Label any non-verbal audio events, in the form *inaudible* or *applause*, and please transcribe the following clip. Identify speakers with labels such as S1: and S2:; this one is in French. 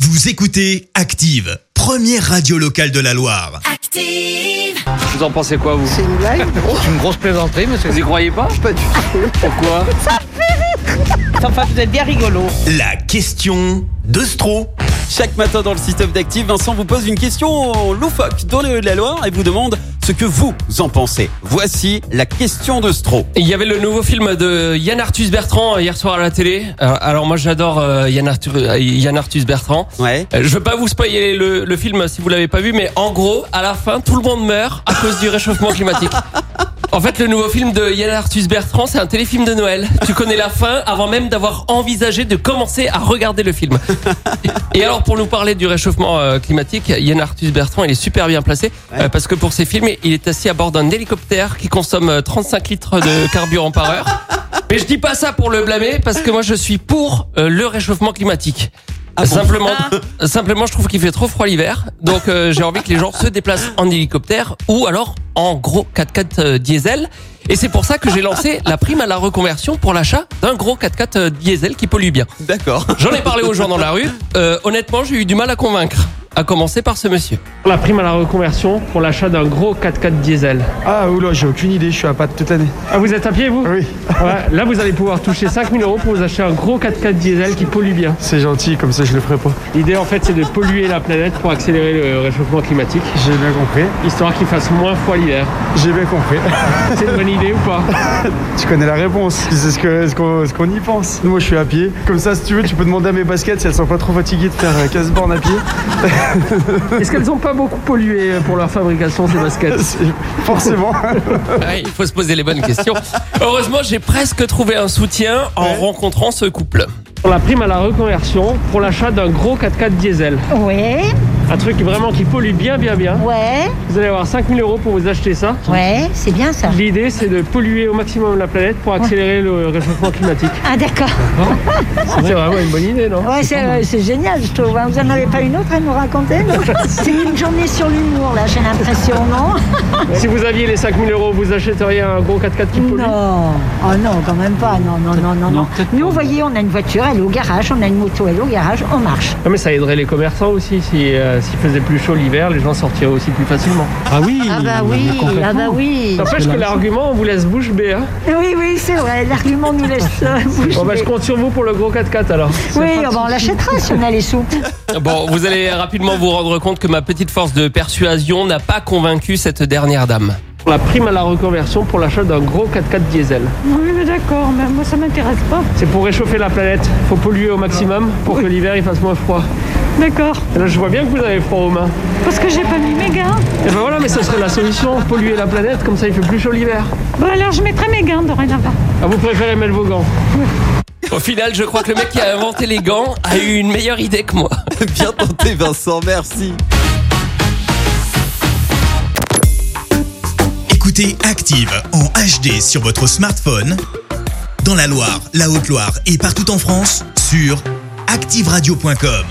S1: Vous écoutez Active, première radio locale de la Loire.
S2: Active!
S3: Vous en pensez quoi, vous
S4: C'est une blague
S3: *laughs* une grosse plaisanterie, monsieur Vous y croyez pas
S4: Pas du tout.
S3: Pourquoi
S5: Enfin, vous êtes bien rigolo.
S1: La question de Stro.
S6: Chaque matin dans le système d'Active, Vincent vous pose une question loufoque dans les rues de la Loire et vous demande ce que vous en pensez. Voici la question de Stro.
S7: Il y avait le nouveau film de Yann Arthus Bertrand hier soir à la télé. Euh, Alors moi j'adore euh, Yann, Arthur- euh, Yann Arthus Bertrand.
S6: Ouais.
S7: Euh, Je veux pas vous spoiler le, le film euh, si vous l'avez pas vu, mais en gros, à la fin, tout le monde meurt à cause du réchauffement
S4: *laughs*
S7: climatique. En fait, le nouveau film de Yann Arthus Bertrand, c'est un téléfilm de Noël. Tu connais la fin avant même d'avoir envisagé de commencer à regarder le film. Et alors, pour nous parler du réchauffement euh, climatique, Yann Arthus Bertrand, il est super bien placé
S6: Ouais.
S7: euh, parce que pour ses films, il est assis à bord d'un hélicoptère qui consomme euh, 35 litres
S6: *laughs*
S7: de carburant par heure. Mais je dis pas ça pour le blâmer parce que moi, je suis pour euh, le réchauffement climatique.
S6: Ah bon
S7: simplement, euh, simplement, je trouve qu'il fait trop froid l'hiver, donc euh, j'ai envie que les gens se déplacent en hélicoptère ou alors en gros 4x4 euh, diesel. Et c'est pour ça que j'ai lancé la prime à la reconversion pour l'achat d'un gros 4x4 euh, diesel qui pollue bien.
S6: D'accord. *laughs*
S7: J'en ai parlé aux gens dans la rue. Euh, honnêtement, j'ai eu du mal à convaincre. À commencer par ce monsieur.
S8: La prime à la reconversion pour l'achat d'un gros 4x4 diesel.
S9: Ah oula, j'ai aucune idée, je suis à patte toute l'année.
S8: Ah, vous êtes à pied, vous
S9: Oui, *laughs*
S8: Ouais, Là, vous allez pouvoir toucher 5000 euros pour vous acheter un gros 4x4 diesel qui pollue bien.
S9: c'est gentil, comme ça je le ferai pas.
S8: L'idée, en fait, c'est de polluer la planète pour accélérer le réchauffement climatique,
S9: J'ai bien compris,
S8: histoire qu'il fasse moins froid l'hiver.
S9: j'ai bien compris.
S8: C'est une bonne idée ou pas
S9: *laughs* tu connais la réponse, c'est ce que- ce qu'on ce qu'on y pense. Moi je suis à pied, comme ça si tu veux, tu peux demander à mes baskets si elles sont pas trop fatiguées de faire euh, 15 bornes à pied.
S8: Est-ce qu'elles n'ont pas beaucoup pollué euh, pour leur fabrication, ces *laughs*
S9: *laughs*
S8: baskets
S9: C'est- *laughs* Forcément.
S7: Ouais, il faut se poser les bonnes questions. Heureusement, j'ai presque trouvé un soutien en rencontrant ce couple.
S8: Pour la prime à la reconversion pour l'achat d'un gros 4x4 diesel.
S2: Ouais,
S8: Un truc vraiment qui pollue bien, bien, bien.
S2: ouais,
S8: Vous allez avoir 5000 euros pour vous acheter ça.
S2: ouais, c'est bien ça.
S8: L'idée, c'est de polluer au maximum la planète pour accélérer le réchauffement climatique.
S2: Ah, d'accord.
S8: *laughs* C'est vraiment une bonne idée, non
S2: Ouais, c'est euh, c'est génial, je trouve. hein. Vous en avez pas une autre à nous raconter *laughs* non C'est une journée sur l'humour, là, j'ai l'impression, non
S8: Si vous aviez les 5000 euros, vous achèteriez un gros 4x4 qui pollue
S2: Non. Oh non, quand même pas. Non, non, non, non, non. Nous, vous voyez, on a une voiture, elle est au garage, on a une moto, elle est au garage, on marche.
S8: Ah, Mais ça aiderait les commerçants aussi. Si, euh, S'il faisait plus chaud l'hiver, les gens sortiraient aussi plus facilement.
S9: Ah oui
S2: Ah bah oui, ah bah oui.
S8: N'empêche que l'argument, on vous laisse bouche bée. hein.
S2: Oui, oui, c'est vrai, l'argument nous laisse euh, bouche
S8: Bon, bah, je
S2: bée.
S8: compte sur vous pour le gros 4x4 alors.
S2: Oui, ah bah, on l'achètera si on a les sous.
S7: Bon, vous allez rapidement vous rendre compte que ma petite force de persuasion n'a pas convaincu cette dernière dame.
S8: Pour la prime à la reconversion pour l'achat d'un gros 4x4 diesel.
S10: Oui, mais d'accord, mais moi ça m'intéresse pas.
S8: C'est pour réchauffer la planète. Faut polluer au maximum pour que l'hiver il fasse moins froid.
S10: D'accord,
S8: Et Là, je vois bien que vous avez froid aux mains.
S10: parce que j'ai pas mis mes gants.
S8: Et ben voilà, mais ça serait la solution. Polluer la planète, comme ça il fait plus chaud l'hiver.
S10: Bon, alors je mettrai mes gants dorénavant.
S8: Ah, vous préférez mettre vos gants
S7: Au final, je crois que le mec qui a inventé les gants a eu une meilleure idée que moi.
S6: Bien tenté Vincent, merci.
S1: Écoutez Active en HD sur votre smartphone, dans la Loire, la Haute-Loire et partout en France, sur activeradio.com.